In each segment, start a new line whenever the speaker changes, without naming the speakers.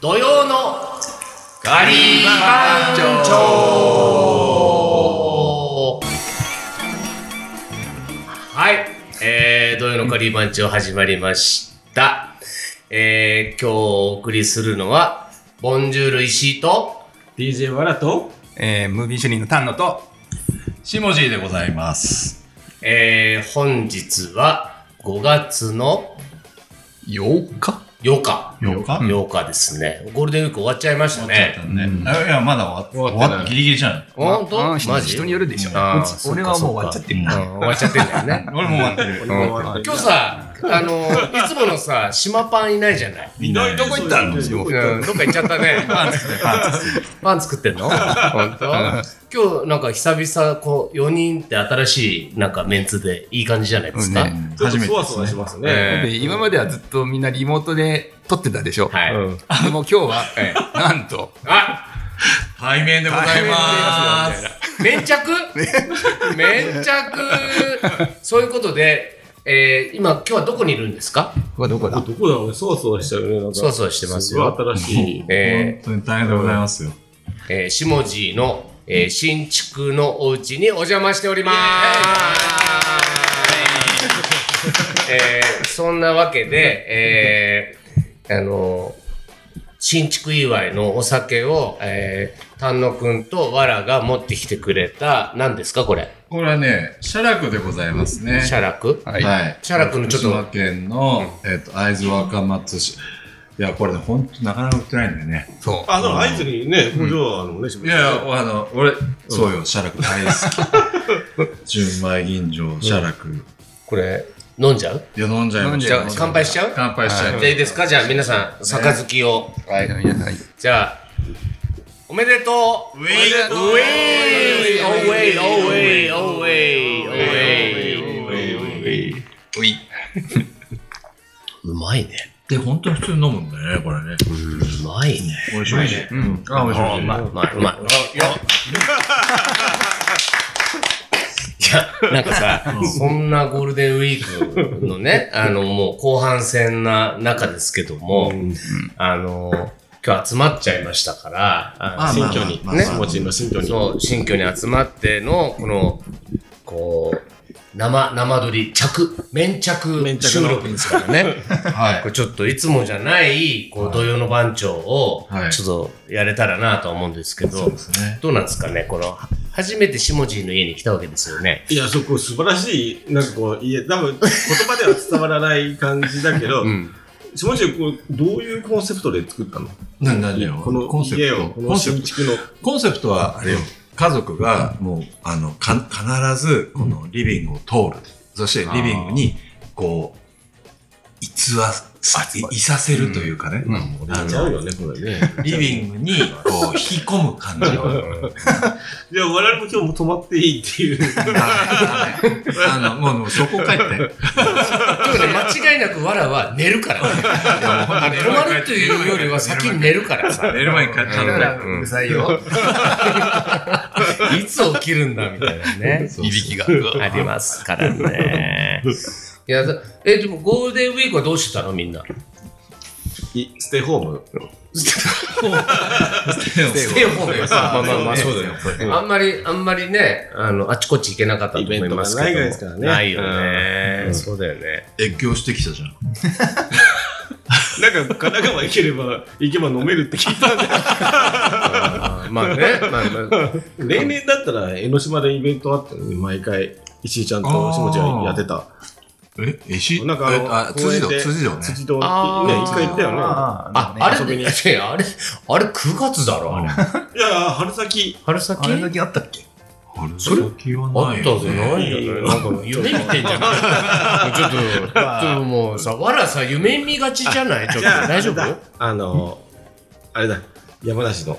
土曜の
ガリ
番長はい、えー、土曜のカリー番長始まりました。えー、今日お送りするのは、ボンジュール石井と、
DJ わらと
えー、ムービー主任の丹野と、
シモジーでございます。
えー、本日は5月の
8日
8日。
8日
8日ですね。ゴールデンウィーク終わっちゃいましたね。
ね。あいや、まだ終わっ
終わってない
ギリギリじゃない。
本当
ああ
マ
人
ジ
人によるでしょ。
ああ
うち俺はもう終わっちゃってる
そ
な。
うん終わっちゃってんだよね。
俺もう終わってる。
今
今日さ、あの、いつものさ、島パンいないじゃない。
みんな
どこ行ったの
うん、どっか行っちゃったね。
パン作ってパン作って
パン作ってんの本当今日なんか久々こう4人って新しいなんかメンツでいい感じじゃないですか、
うんね
ちょっと
初め
そ
て
わ
で
そわし
すね。
ます
え
ね。
で今まではずっとみんなリモートで撮ってたでしょ。
はい、
うん
でも今日 は、
え
なんと、
あ
対面でございます。
粘着粘着そういうことで、えー、今今日はどこにいるんですか
ここはどこだ
どこだろうね、そわそわしちゃうね。なんか
そわそわしてますよ
ごい新しい。
え
本当に大変でございますよ。
ーえー、下地の、えー、新築のお家にお邪魔しておりますえーそんなわけで、えーあの新築祝いのお酒を、えー、丹野くんとわらが持ってきてくれた、何ですかこれ。
これはね、写楽でございますね。
写楽
は。
はいい。
写楽のちょっと
福島県の、えっと、会津若松市。いや、これね、ほんとなかなか売ってないんだよね。
そ
あ、だから合図にね、工場あるもんね、
いやいや、あの、俺、そうよ、写楽大好 き。純米吟醸、写楽。
これ、飲んじゃう
いや、飲んじゃいまし
飲ん
た。
じ
乾杯しちゃう
乾杯しちゃいま
じゃあいいですかじゃあ皆さん、杯を。
う。じゃあ皆さん、
じゃあ、おめでとう
ウェイ
ウェイおウェイおウェイおウェイおウェイ
おい。
うまいね。
で、本当に普通に飲むんだよね、これね。
うまいね。
美味しい。美味しい。うん。あ、美味しい。美味しい。
まあ、まあ、うまい。いや、なんかさ、そんなゴールデンウィークのね、あの、もう後半戦な中ですけども、あの、今日集まっちゃいましたから、
まあ
の
新居に、
まあまあ
ね、気持ちの新居に。
そう、新居に集まっての、この、こう、生、生撮り、着、粘着
着
収
の
録ですからね。
はい
こ。れちょっといつもじゃない、こう、土曜の番長を
は、い
ちょっとやれたらなとは思うんですけど、
そうですね。
どうなんですかね、この、は初めて下地の家に来たわけですよね。
いや、そこ素晴らしい、なんかこう、いや、多分言葉では伝わらない感じだけど
う、ん。
下地こうどういうコンセプトで作ったの
何何よ。
この
コンセ
家
プ
を、
ト。
こ
コ
の
ンセ
新
プト。
築の。
コンセプトは、あれよ。家族が、もう、あの、か、必ず、このリビングを通る。そして、リビングに、こう、偽わ、いいさせるというかね。あ
やっちゃう
の
よね、これね。
リビングに、こう、引き込む感じを。
いや、我々も今日も泊まっていいっていう。
あの、もう、もうそこ帰っ
と
て。
いうことで間違いなくわらは寝るからね。あの泊まるというよりは先に寝るからさ。
寝る前に帰って
だから、うるさいよ。
いつ起きるんだみたいなね。
いびきが。
ありますからね。 いや、だえ、でもゴールデンウィークはどうしてたのみんな。
いステイホーム。
ステイホームよさ。
まあまあまあ、そうだよ。
あんまり、あんまりね、あの、あちこち行けなかったと思いますけど。
イベントが
な
ないい
よ
ですからね
ね。そうだよね。
越境してきたじゃん。
なんか神奈川行ければ行けば飲めるって聞いたんで
あーまあね、まあまあ、
例年だったら江ノ島でイベントあったのに毎回石井ちゃんと下地がやってた
え、えし
なんかあの
あ、
公
辻
園
堂、
で
辻堂ね。
辻堂
あー
ね一回行ったよね
あ、あれ、
遊びに
いやあれ、あれ9月だろ、あれ。
いやー春先
春先
あれだけあったっけ
春
それ
先は。
あったじゃないいよね。なんかもう夢見てんじゃないちょっと、ちょっともうさ、わらさ、夢見がちじゃないちょっと、
じゃあ
大丈
あ
夫
れだあのーあれだ山梨の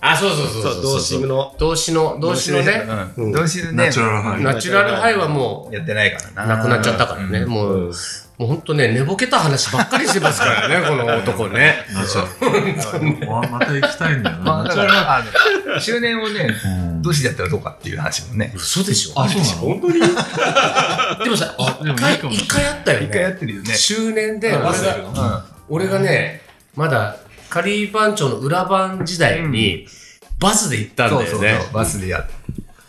あ、そうそうそう
そう同心の
動詞の、動詞のね、
うん。どうしようね。
ナチュラルハイ。
ナチュラルハイはも
やってないから
う、
な。
なくなっちゃったからね。もう、もうほんとね、寝ぼけた話ばっかりしてますからね、この男ね。
ナチュラル。 わまた行きたいんだよ
ま
な。
あ、だ
ナチ
か
ュラル
ら、あの、周年をね、
うん
どうしてやったらどうかっていう話もね。
嘘でしょ
あ、そう
本当に
でもさ、
あでもい
一
い
回、
かも
一回あったよ
一回や
ね
っ。てるよね。
周年で、
うん
俺が、俺がね、まだカリー番長の裏番時代に、バスで行ったん
そう
だ
そ
よ
うそ
ね。
う。バスでやっ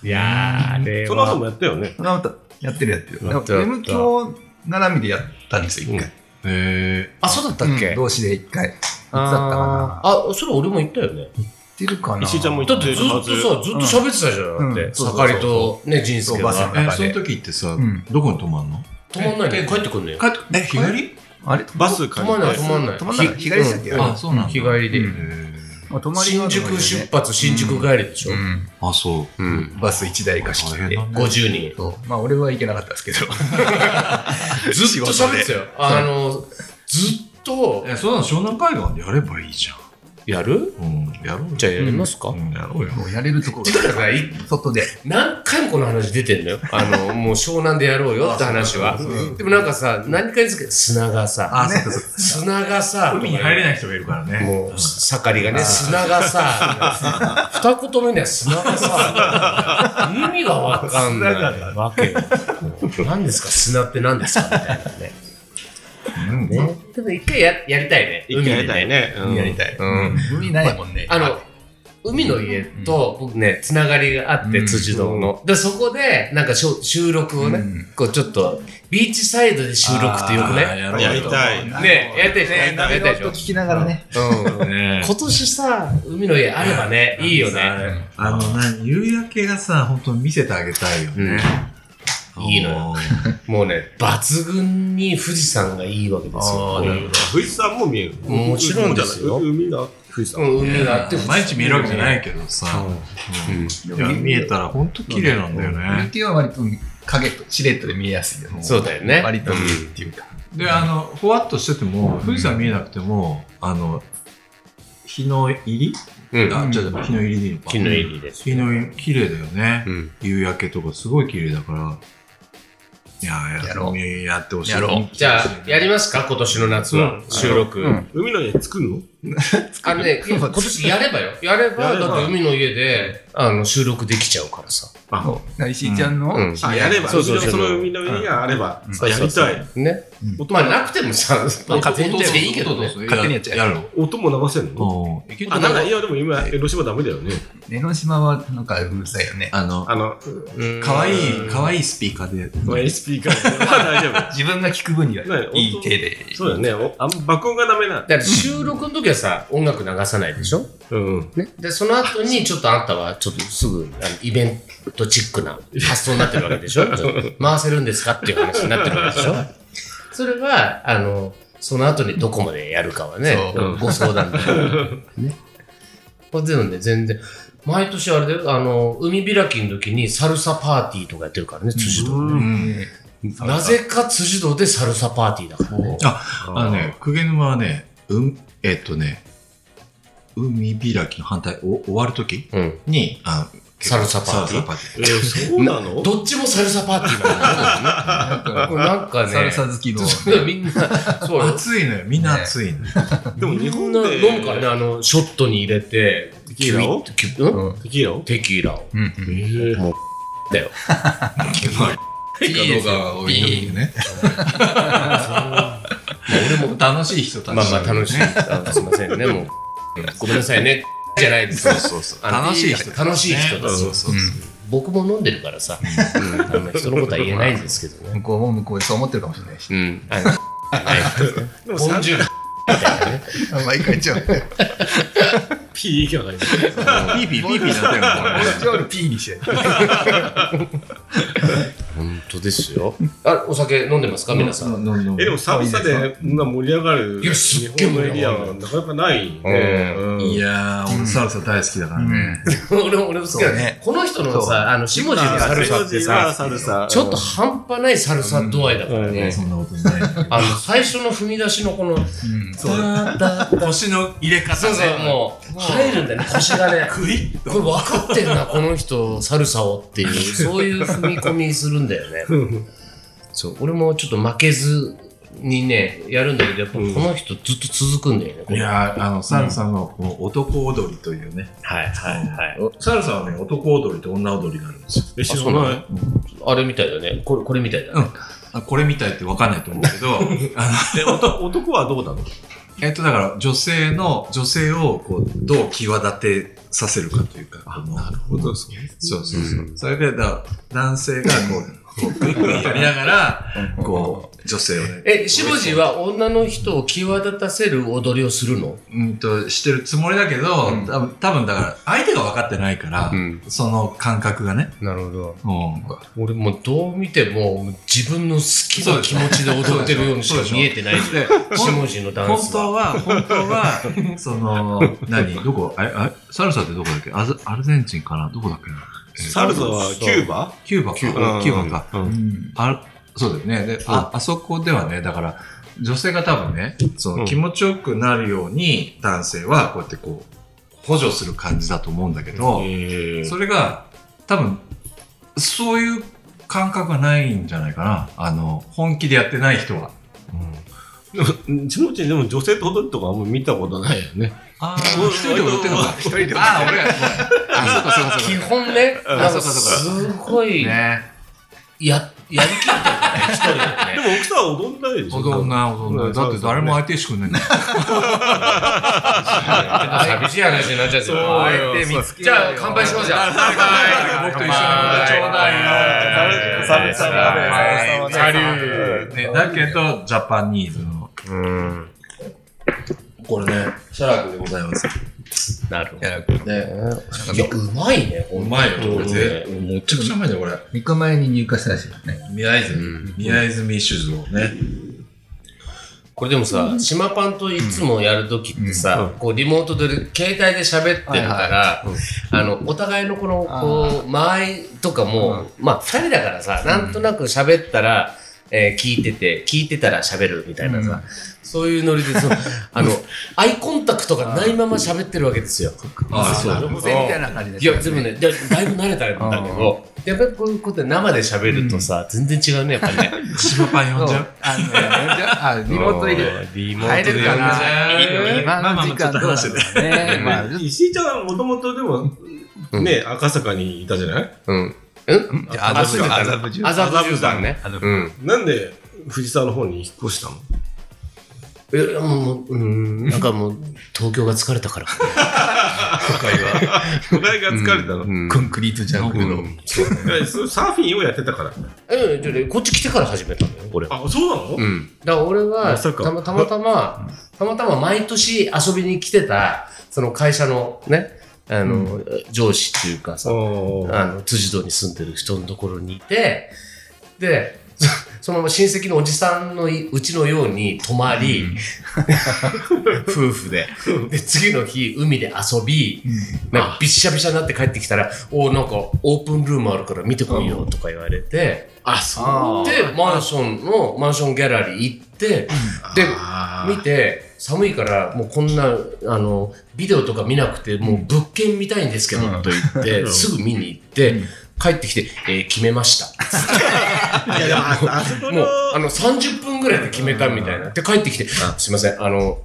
いやー、あれ
その後
は。
もやったよね。
なんかやってるやってる。
やってる
M 響並みでやったんですよ、一回。
え
あ、そうだったっけ、
うん同士で一回。いつだったかな
あ。ーあ、それ俺も行ったよね。
行ってるかな。
石井ちゃんも行
だ
っ
ってて
る
ずっと
はず
さ、ずっと喋ってたじゃん。だっ
うんうん
て、
そう
さ
そう
かりとね、人生
そうバ
が
ス。
ー、え
中
そ
で
の時ってさ、
うん
どこに泊まんの
止まんないで帰ってくんのよ。
帰ってえ日帰り
あれ
バス
止
借り
まんない、
て
止。まんない。
止まんない日帰りでしたっけ
うん
あ
そうなんだ
日帰りで。
う
え
んまあ泊まりは
新
泊まり
宿
で
出発、新宿帰りでしょ
う。ん。
あそう
うん。
バス1台貸し切って。
50人。
そうまあ俺は行けなかったですけど。
ずっと喋ってたよ。あの、ずっと、
えそうなの湘南海岸でやればいいじゃ
やる
んうんやろうよ
じゃあやりますか、
うんやろうよ
もうやれるとこ
だ
が
からい
外で。
何回もこの話出てんのよ。あの、もう湘南でやろうよって話は。でもなんかさ、何回ですけど、砂がさ、
あそうかそうか
砂がさ、
海に入れ
い。
ない人がいるからね
もう、盛りがね、砂がさ、二言目には砂がさ、意味がわかんないわけよ。何ですか、砂って何ですかみたいなね。
うん
ね、でも一回ややりたいね。
一回やりたいね
海で
やりたい
うん
海ないもんね。
あの、海の家と僕ね、つながりがあって、
うん
辻堂の。で、そこで、なんかしょ収録をね、
うん
こうちょっと、ビーチサイドで収録ってよくね。
あー
やりたい
ねやりたいでしょやりたいでしょ
と聞きながらね。
うん
ね
今年さ、海の家あればね、いいよね。
ねあの何夕焼けがさ本当に見せてあげたいよね
うんいいのよもうね、抜群に富士山がいいわけですよ。
富士山も見える。
もちろんですよ
海が富士
う
山。
ん、海があって、。
毎日見えるわけじゃないいけどさ
うん
いや見えたら本当綺麗なんだよね
海は割と影とシレットで見えやすいよ。
そうだよね。
割と
う
見え
ん
るっていうか。
であのふわっとしてても富士山見えなくてもあの日の入り
うん。
あ違う違う日の入りでいいのか
木の入りです。
日の入り綺麗だよね
うん。
夕焼けとかすごい綺麗だからいや
やろう
うやってほしい
やろう
じゃあ、やりますか今年の夏は。収録。
うん
海の家作るの
あのね、いや今年やればよ。やれば、
やれば
だって海の家で、あの、収録できちゃうからさ。
だから石井ちゃんの
うんうん
あ、やれば、
そうそう
むしろ
そ
そうの海の家があれば、あやりたい。
ね。
音
ま
も
あ、なくてもさ、まあ、全然でいいけどね。
勝手にやっちゃう
やろう
音も流せんの
おーいける
あ、なんか、いや、でも今、江ノ島ダメだよね。
江ノ島はなんかうるさいよね。
あの
あの、
可愛い可
い
愛いスピーカーで
まあ、SP カー で。まあ、大丈夫。
自分が聞く分にはいい手で。
そうだよね。おあん爆音がダメな
だ。から収録の時はさ、音楽流さないでしょ
うん。
ね。で、その後に、ちょっとあんたは、ちょっとすぐ、あの、イベントチック な発想になってるわけでしょちょっと回せるんですかっていう話になってるわけでしょそれは、あの、その後にどこまでやるかはね、
そう
うんご相談で。 ね。これでもね、全然。毎年あれだよ、あの、海開きの時にサルサパーティーとかやってるからね、辻堂
う
ね。
ん
なぜか辻堂でサルサパーティーだからね。
あのね、公家沼はね、うん、えっとね、海開きの反対、お終わるとき
うん。
に、あの
サルサパーティー
サルサパー
えー、そうなの
どっちもサルサパーティーなんだ
なん
よね
か
これ なんかね、
サルサ好きの。
そうみんな、そうよ。
暑いのよ、みんな暑いのよ。
でも日
み
本
んな
で
飲むからね、あの、ショットに入れて、
テキーラを
キュイッキュイッうん
テキーラを
テキーラを。
うん
えー
だよ。
いいですよ
が置いといてね。
俺も
楽しい人たち。
まあまあ楽しい。あすいませんね、もう。ごめんなさいね。じゃないです
そうそうそう。
あの
楽しい人たちね。
楽しい人たち
そうそうそう。
僕も飲んでるからさ、うん、あの人のことは言えないんですけどね。
向こうも向こうでそう思ってるかもしれないし。
うん。あの、
でも
ボ
さ
ンジュールみたいなね。
毎回ちゃう。こ
P がない。
ピーピーピーピーなってる
っ
のこれ
ちは P にしちゃう。
本当ですよ。あ、お酒飲んでますか皆さん。
飲ん飲ん
え、でも久々でこんな盛り上がる
いやす
日
っげえ
本の
盛
エ
り
リア
上がる
はなかなかないんで。
う
うん
いやー、俺サルサ大好きだからね。
俺も、俺も好きだ
そう
ね
ね。
この人の
そう
さ、あの、下地のサルサって
サル
さ、
ササルサ
ちょっと半端ないサルサ度合いだから
うん
ね。
そんなことない。
あの、最初の踏み出しのこの、
うん
そう腰の入れ方ね。
そうそう、もう、入るんだよね、腰がね。
クイッ
これ分かってんな、この人、サルサをっていう、そういう踏み込みするんだよね。そう、俺もちょっと負けずにね、やるんだけど、やっぱこの人ずっと続くんだよね。こ
い
れ
やーあの、サルサのこの男踊りというね、
はいはいはい。
サルサはね、男踊りと女踊りがあるんですよ。
え、知ら
そうなの
ない。
あれみたいだね。これ、これみたいだね。
あこれみたいってわかんないと思うけど、あ
え、おと男はどうなの
のえっと、だから、女性の、女性を、こう、どう際立てさせるかというか、この
なるほどですね。
そうそうそう。それで、だ男性が、こう、こ う、グイグイやりながら、こう、女性をね。
え、しぼじは女の人を際立たせる踊りをするの
うんと、してるつもりだけど、
うん
多分多分だから、相手が分かってないから、
ん。
その感覚がね。
なるほど。
うん。
俺もうどう見ても自分の好き
そう
な
で
気
しょ
持ちで踊ってるようにし
そう
か
でしょ
見えてない。
で、
しぼじのダン
本
ス
当
は。
は、本当は、その、何どこあれ、あれサルサってどこだっけアルアルゼンチンかなどこだっけなえー
サルサはキューバ
キューバか。キ
キ
ュ
ューバ
ーバか。
うん
うん
あそうだよね。で、あ、あそこではね、だから、女性が多分ね、そうの
ん
気持ちよくなるように、男性はこうやってこう、補助する感じだと思うんだけど、
えー
それが、多分、そういう感覚がないんじゃないかな。あの、本気でやってない人は。うん
うんちもちでも女性と踊るとかあんま見たことないよね。
あ
う
ー
ん
一人で踊ってるのか。
一人で。
ああ、俺が、
あ、そうかそう
基
かそうか。
本ね、
うん
なんか
そうかそ
すごい、や、
ね。
やりきってるからね、一人だ
で
ね
も。奥さんは踊んないでしょ
踊んない、踊んな
う
い。
ん
だって誰も相手してくんないんだよ。
寂しい話になっちゃうけど
そうよ
相手見つけようよじゃあ乾杯しようじゃん。乾
杯僕と一緒にちょうだいよ
サルサ
サル
ルサル
ね、だけど、ジャパニーズの。
うん。
これね、シャラクでございます。
なるほ
やら
どね。いや、うまいね、
う
ほんと
まいよ、これ。
うん
ぜめちゃくちゃうまいんだよ、これ。
3日前に入荷したらしいね。
宮
うん
泉。宮泉酒造ね。
これでもさ、島パンといつもやるときってさ、こうリモートで携帯で喋ってるから、あの、お互いのこの、こう、間合いとかも、まあ、二人だからさ、なんとなく喋ったら、えー聞いてて、聞いてたら喋るみたいなさ、そういうノリで、そのあの、アイコンタクトがないまま喋ってるわけですよ。
あ
そう
そう。
無線みたいな感じで
い
すよ
や、でもね、だだいぶ慣れたんだけど、やっぱりこういうことで生で喋るとさ、全然違うね、やっぱりね。
島パン呼んじゃう
あのね、じゃあ、あリモートで入れる。
リモ
入れるかな
入れるよね
今の時間どうなんだろうね。まあ、
石井ちゃんはもともとでも、ね、赤坂にいたじゃない
うん。うん
じゃあ、麻布
あ
麻布十番
麻布十番ね。うん。
なんで藤沢の方に引っ越したの
え、もう、うん、なんかもう、東京が疲れたから。
都会が疲れたの、
うん。
コンクリートジャングルの。
いやそうサーフィンをやってたから。
え、ちょっとこっち来てから始めたのよ、俺は。
あ、そうなの、
うん。だから俺は、
まさか
たまたまたま、たまたま毎年遊びに来てた、その会社のね、あの、上司っていうかさ、
あ
あの、辻堂に住んでる人のところにいて、で、そそのまま親戚のおじさんのいうちのように泊まり、 夫婦で。で、次の日、海で遊び、なんかびっしゃびしゃになって帰ってきたら、おーなんかオープンルームあるから見てこいよとか言われて、
あ、そ
で、マンションの、マンションギャラリー行って、で、
あー
見て、寒いから、もうこんな、あの、ビデオとか見なくて、もう物件見たいんですけど、
うん
と言って、
うん
すぐ見に行って、帰ってきて、えー決めました。
いやでもああそこ
も
の
う、あの、30分ぐらいで決めたみたいな。で、帰ってきて、すいません、あの、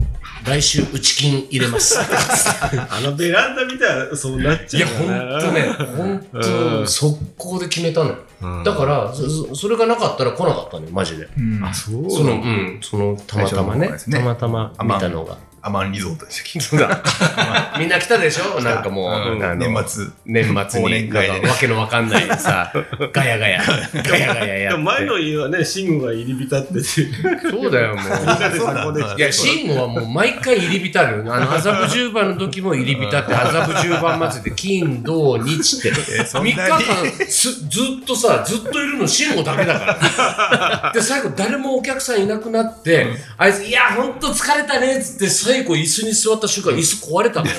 来週、打ち金入れ ます。
あのベランダ見たらそうなっ
い
ち
や、
ゃう
ほ
よ
んとね、ほん
う
と、
ん
速攻で決めたのよ。だから、そそそれがなかったら来なかったね、マジで。
うん
あ、そう
その、うん、その、たまたまね
最初の方です、ね
たまたま見たのが。
アマンリゾートでしたっ
そうだ。 みんな来たでしょなんかもう、
うん
あの
年末
年末
忘
に、
年
な
会でね
んかわけのわかんないさ、ガヤガヤ、ガヤガヤや
で
って。
も前の家はね、慎吾が入り浸ってて、
そうだよ、もう。
みんなでそこで来
いや、慎吾はもう毎回入り浸る。あの、麻布十番の時も入り浸って、麻布十番祭りで金、土、日って、3日間すずっとさ、ずっといるの慎吾だけだから。で、最後誰もお客さんいなくなって、あいつ、いや、ほんと疲れたねっつって、最後椅子に座った瞬間、椅子壊れたのよ。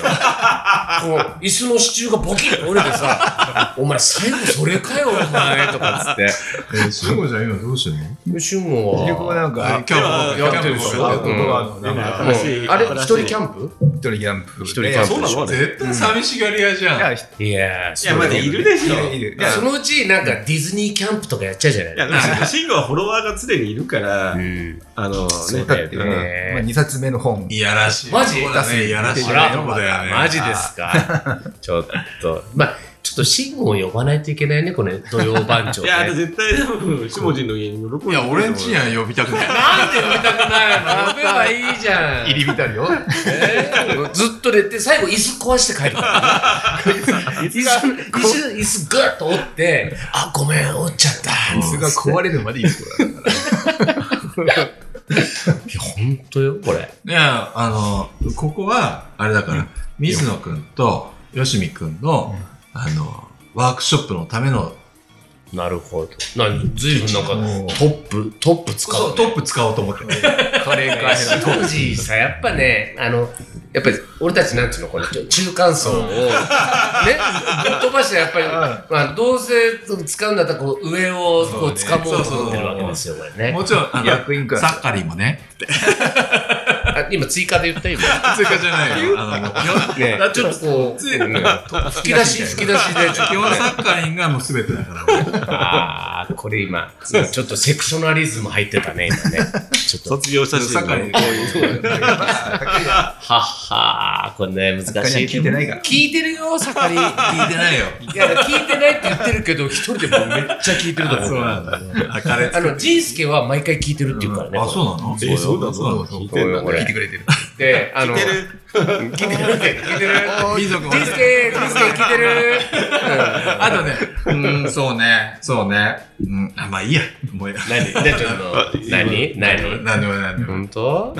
こう椅子の支柱がボキッと折れてさ、お前最後それかよ、お前、とかっつって。
え、慎吾ちゃん今どうしてんの
で慎吾
け。結
は、
なんか、
今日も、
やってるでしょ
今日も
うん
あ
もうあれ、一人キ
ン
ャンプ
一人キャンプ。一
人キャンプ
そうなのあれ
絶対寂しがり屋じゃん。
い
いやー、
いや、まだいるでしょ。
や、い
い
るいる。
いやそのうちなんかディズニーキャンプとかやっちゃうじゃない
や、でも慎吾はフォロワーが常にいるから
う、ん。
あの
そう
ね、
だよ
うん
ね。
まあ、2冊目の本。
いやらしい。
マジ
そうだね、いやらしい。
あら
そうだよね。
マジですか。ちょっと。まあ、ちょっと慎吾を呼ばないといけないね、この土曜番長、
い
ね。
や、絶対多分、下地の家に喜ぶ。
いや、俺んちには呼びたくない。
なんで呼びたくないの呼べばいいじゃん。
入り浸るよ。
えーずっと寝て、最後椅子壊して帰るから、ね。椅子、椅子、椅子ぐっと折って、あ、ごめん、折っちゃった。
椅子が壊れるまでいい子だ。
いや、ほんとよ、これ。
いや、あの、ここは、あれだから、水野くんと、吉見くんの、あの、ワークショップのための、
なるほど。何ずいぶんなんか、トップ、トップ使う、
そう
ね。
トップ使おうと思って。
カレー会社の。
当時さ、やっぱね、あの、やっぱり俺たちなんていうの、このちょ中間層を、ね、ぶっ飛ばして、やっぱり、まあ、どうせ使うんだったら、こう、上をこう掴もうと思ってるわけですよ、これね
も。ちろん、あの、
役員会
サッカリーもね、
あ今、追加で言った今。
追加じゃないよ。あの、
ね、 ちょっとこう、吹き出し、吹き出しで、ちょっ
基
と
本サッカリーがもう全てだから。
ああ、これ今、ちょっとセクショナリズム入ってたね、今ね。ちょっと、
卒業したし、
サッカリー、こういう。
はっはー、これね、難しい。
聞いてないから
聞いてるよ、さかり。
聞いてないよ。
いや、聞いてないって言ってるけど、一人でもめっちゃ聞いてると思う。
そうなんだ。あ、カレー
あの、ジンスケは毎回聞いてるっていうからね。
あ、そうなの
え、そうだ、
そう
そ
なの
うだ、聞い
これ
てんだ
これ
聞いてくれてる。
で、あの、聞いてる聞いてる聞いてる
水野くん
ジンスケ、ジンスケ聞いてる
あとね、うん、そうね、そうね。うん、あ、まあいいや。もうや。
何何ちょっと何何
何でもない何でもない。
本当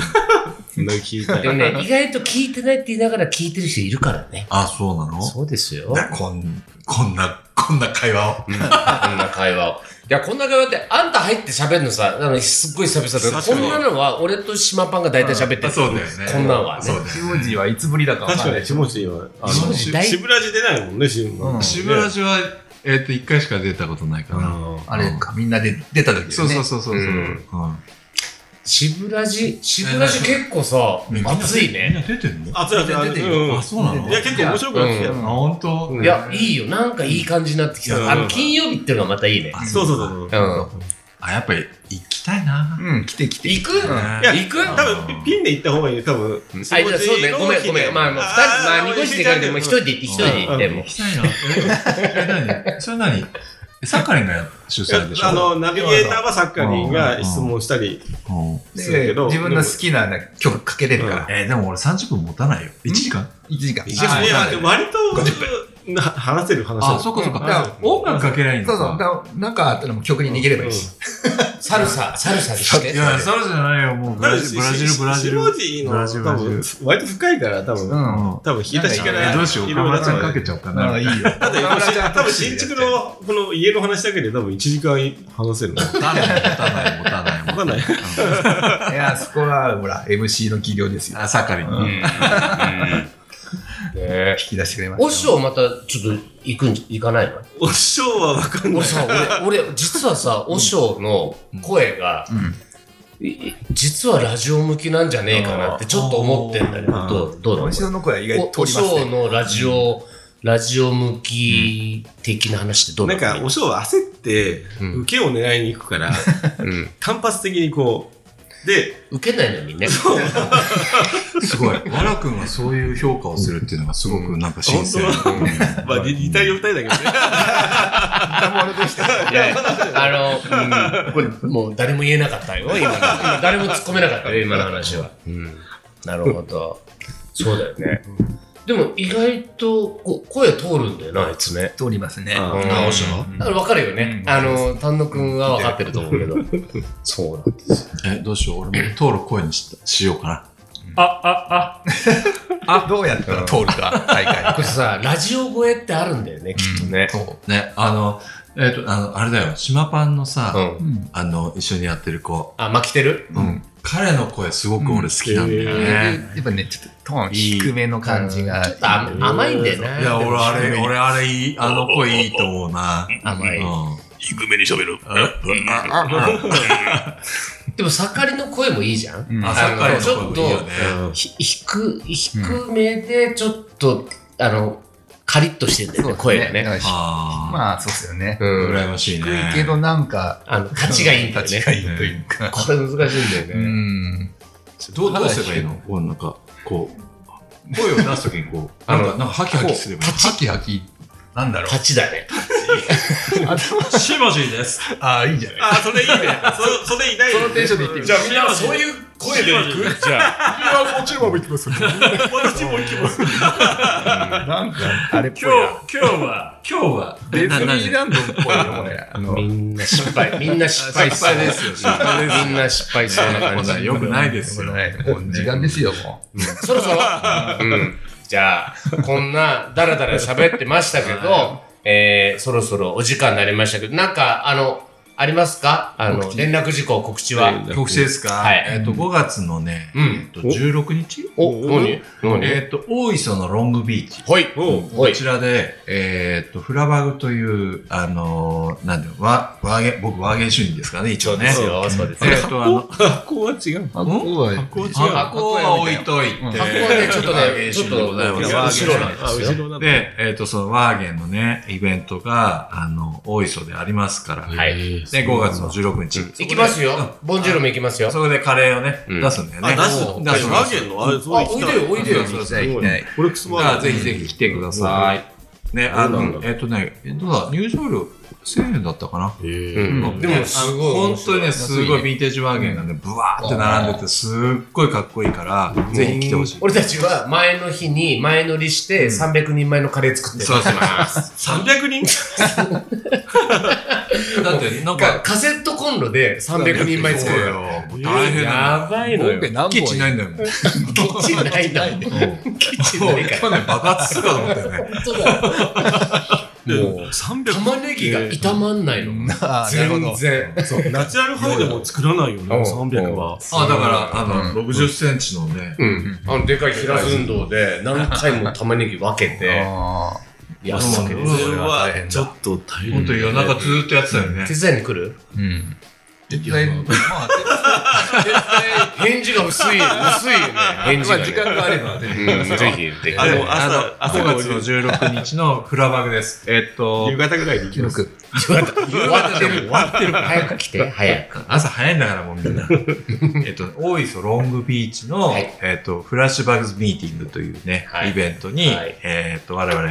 聞いた
でもね、意外と聞いてないって言いながら聞いてる人いるからね。
あ、そうなの
そうですよ。
だこん、こんな、こんな会話を。
こんな会話を。いや、こんな会話って、あんた入って喋るのさ、あのすっごい久々だけど、こんなのは俺と島パンが大体喋ってる。
そうだよね。
こんなんはね
そうだよね。
下地はいつぶりだかわ
確
かんな
か
い
に、
し。
下地は、あ
下
の、
地大
渋ラジ出ないもんね、渋
うん
渋谷市は、えっと、一回しか出たことないかな。
あれか、みんなで出た時だよね。
そうそうそうそう。
う
うんん
渋ラジ、渋ラジ結構さ、熱い
みん
ね。
な出てんの
あ、そうだ、
出てるよ
うん
あ、そうなの
いや、結構面白くなってき
あ、
たよ。
本当
いや、いいよ。なんかいい感じになってき
うん
た。あの、金曜日っていうのがまたいいね。
そうそうそう。
う
そう。
ん。
あ、やっぱり行きたいな。
うん、来て来て。
行く
ん
いや、
行く
多分ピピンで行った方がいいよ、多分。
あ、じゃあそうね。ごめん、ごめん。まあ、まあ二人、まあ、二個してからでも、一人で行って、一人で行って、もう
行きたいな。え、何それ何えサッカリンが主催でしょ
あの、ナビゲーターはサッカー人が質問したり、
うん
するけ
で
ど
自分の好きなね曲かけれるから。
えーでも俺30分持たないよ。1時間
1時間。
一
い
時間
あ
や、割
50
と、な話せる話だ
あ、そっかそっか。
うん
だから音楽かけないんだ。
そうそう。だからなんかあったらもう曲に逃げればいいし。
サルサ、サルサでして。
いや、サルじゃないよ。もうブラジル、ブラジル、ブラジル。
下地の、
ブラジルブ
多
ラジル
分、割と深いから、多分、
うん。
多分、引いたしか
え
ら、
どうしよう。
い
カ
ろい
メ
ろ
ラちゃん
な
か
っちゃ
け
う
ちゃおうか
ま
な
あい。いよ。
だって
岡村ちゃん
多分、新築の、この家の話だけで、多分、1時間話せるの。
持たない、持たない、持たない。
わかんない。
いや、そこは、ほら、MC の技量ですよ。
あ、サッカリン。
うん
うんねえ
引き出してくれました。
お師匠またちょっと行くんじ行かないの
お師匠はわかんない
俺。さ、俺、俺、実はさ、お師匠の声が、
うん。
い実はラジオ向きなんじゃねえかなってちょっと思ってんだけど、
あー
どうどうな
お
の
師匠の声は意外
お
と
お
通
師
ります
匠
ね。
のラジオ、ラジオ向き的な話ってどう
な
なんの
か、お師匠は焦って、
うん
受けを狙いに行くから、
うん
単発的にこう、で、
受けないのにね。
すごい。わらくんがそういう評価をするっていうのがすごくなんか新鮮。
本まあ、似たよう二人だけどね。
いやあの、うん、これもう誰も言えなかったよ、今の。今誰も突っ込めなかったよ、今の話は。うん、なるほど。そうだよね。でも意外とこう声通るんだよな、あいつね。
通りますね。
あ
うん
あお師匠
だから分かるよね。
うん
あの、丹野くんは分かってると思うけど。そうなんです。
え、どうしよう。俺も通る声にししようかな。
あ、どうやったら通るか、大 会。
これさ、ラジオ声ってあるんだよね、きっとね。
そう。ね、あの、えっと、あの、あれだよ。島パンの
う
さ、
ん。
うん。
あの、一緒にやってる子。
あ、巻きてる
うん。彼の声すごく俺好きなんだよ
うん
ね。
やっぱね、ちょっとトーン低めの感じが。
ちょっと甘甘いんだよな。
いや、
でも
俺あれ、俺あれいい、あの子いいと思うな。
甘い。
う
低めに喋る。
でも、盛りの声もいいじゃん。
うん
ん。あ、
あ
サッカー
ちょ
の
っ
子いいよ
と
ね。
ひ低低めでちょっと、あのカリッとしてんだよね声がね
だからし
あ
まあ、そうっすよね。
う
あ、
ん、
羨ましい
低い
ね。
けど、なんか、
あの価値がいいんだよ
立
ね
ちがいいというか。
これ難しいんだ
う
よね、
ん。
どう、どうすればいいのこう、なんか、こう、声を出すときにこう、
あ
な
の
んか、なんかハキハキすればいい。
ハキハキ。
なんだろう。
勝ちだね。
しもじです。
ああ、いいじゃない。
あ、それいいね。そそれいない
そのテンションで言ってみる
じゃあみんなそういう声で行く
じゃあ、
あ、もちろんも行きます。
私も行きます。
なんか、あれっぽ
今
いな。
日、今日は、今日は、
ディズニーランドっぽいよ、これ。あの
みんな失敗。みんな失敗しそう。
失敗ですよ失敗ですよ
みんな失敗しそうな感
こんなん
じ。
よくないですよ。
もう時間ですよ、もう。
そろそろ、 うん。じゃあ、こんな、だらだら喋ってましたけど、えー、そろそろお時間になりましたけど、なんか、あの、ありますかあの、連絡事項、告知は。
告知ですか、
はい
えっ、と、5月のね、
うん
えっと16日
お、何何
えっ、と、大磯のロングビーチ。
ほい。
こ
ほい。
ちらで、えっ、と、フラバグという、あのーなんだよ、わ、ワーゲン、僕ワーゲン主任ですからね、一応ね。
そうですよ、そうですよ。
えっ、と、あの、
ここは違う。
あ、こうは、
こ
箱は置いといて。
うん
箱
箱はねちょっとね
ちょっと、
ちょっといや
ワー
後
ゲ
ろ
ン
なん
あ、後ろなんだ。
で、えっ、と、そのワーゲンのね、イベントが、あの、大磯でありますから、
はい。
ね、5月の16日。
行きます
うん
よ。ボンジュールも行きますよ。
そこでカレーをね、
うん
出すんだよ
あ、
ね。
出すの
出す
ワーゲンのあれ、そう
あ、
行き
おいで
た
よ、おいでよ。
そうそう
行きたい。
これクスマ
だからぜひぜひ来てください。ね、あ
そうなん
の、
だ
えっとね、どうだ、入場料1000円だったかな。
う
え
ん。でも、すごい面
本
白
当
い。
にね、すごいヴィンテージワーゲンがね、ブワーって並んでて、すっごいかっこいいから、ぜひ来てほしい。
俺たちは前の日に前乗りして300人前のカレー作って
そうそう
ます。
300人
だって、なん
か
か、
カセットコンロで300人前作るから。
そうよ大変だよ。
ばい
今回何
キッチンない
本
んだよ、もう。
キッチンないんだもん。キ ッチンないか
去年爆発するかと思ったよね。
ら。本当だ。
もう、
?300
玉ねぎが炒まんないの。
あーなるほど
全然。
そう、ナチュラルハイでも作らないよね、
うん
300は。
あ、だから、あの、60センチのね、
うん。あの、でかい平津運動で何回も玉ねぎ分けて、
あ
やすけ
うん
で
そ
す
れ
よ。
は、ちょっと大変。
本当に夜中ずーっとやってたよね
手。伝いに来る
ーうん。手伝い、まあ、
返事が薄い、薄いよね。返事
ま
がね。
あ、時間があれ ばね。
うんぜひ、ぜひ。
あ
あ
で
れ
も朝
あの5月の16日のフラバグです。えっと、
方ぐらいに行き
よ。く。
終わってる、終わってる。早く来て、早く。
朝早いんだからもう みんな。えっと、大磯ロングビーチの、
はい
えっと、フラッシュバグズミーティングというね、
はい
イベントに、
はい
えっと、我々、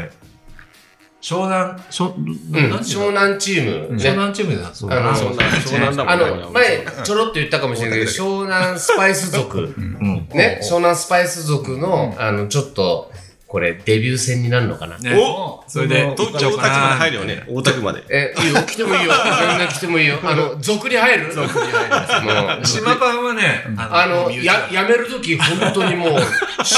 湘南、湘
う
南、
ん、湘南チーム
湘
ね。
南チームだ。そう
あの
そう
湘南湘南だも
あ
んね
の、前、ちょろっと言ったかもしれないけど、湘南スパイス族。
うん。
ね、湘南スパイス族の、あの、ちょっと、これ、デビュー戦になるのかな。
ね
お
それで、
東京大田区まで入るよね。
大田区まで。
え、いいよ、 来てもいいよ。全然来ても いいよ。あの、族に入る族に入る。
島パンはね、
あ の、
身内
や、やめるとき、本当にもう、し、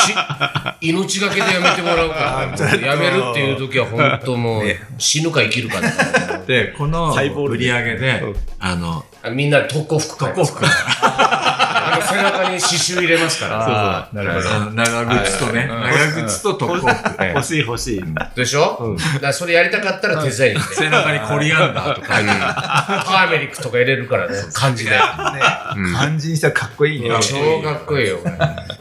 命がけでやめてもらうから、やめるっていうときは、本当もう、死ぬか生きるかって
で、この
ハイボー
売
ル
り
で
上げで、あの、
あみんな特攻服買いますから。あの、背中に刺繍入れますから。
あーあの長靴とね、長靴と特攻服。
欲しい欲しい。
でしょ、だからそれやりたかったら手伝いに来て。
背中にコリアンダーとか。
ターメリックとか入れるからね、漢字で。
ね、漢字にしたらかっこいいね。
超かっこいいよ。これ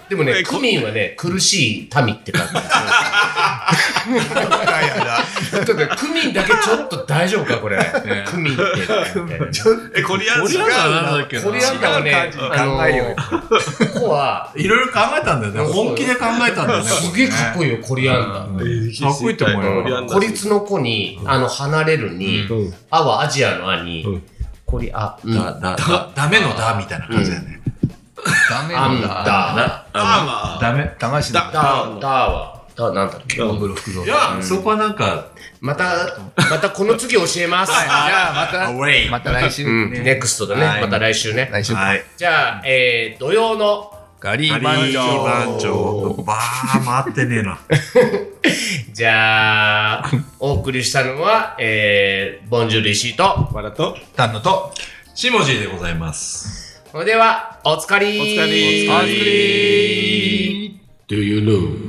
でもね、区民はね、苦しい民って感じですよ。だから区民だけちょっと大丈夫か、これ。区民って。
え、コリアンスが、
だっけ
コリアンダーはね、
考えようよ
あの、ここは、
いろいろ考えたんだよね。本気で考えたんだよね。
すげえかっ
い
こいいよ、コリアンダー。
かっこいいと思うよ
コリアンダー
孤立の子に、あの、離れるに、
うん。
あはアジアのあ
う
に
ん、
コリアン
だ、
ダ
だ、だ、ダメのだみたいな感じだよね。
ダメ
ア
な
ン
んだ。
ダ
あまあ。
ダメ。
だましだ。
ダーは、ダーなんだっけ
ブロック
いや、
そこはなんか、
また、またこの次教えます。
じゃあ、また、
ェ
また来週。
うん、ネクストだ
は
ね。
い
また来週ね。
来週。
はい。
じゃあ、えー、土曜の
ガリ
カ
ー
リ
マン
ー
ジョー
番長。ばー、回ってねえな。
じゃあ、お送りしたのは、えー、ボンジュール石井と。
わらと。
丹野と、
シモジーでございます。
それでは、おつかりおつかり
お疲れ。
Do you know?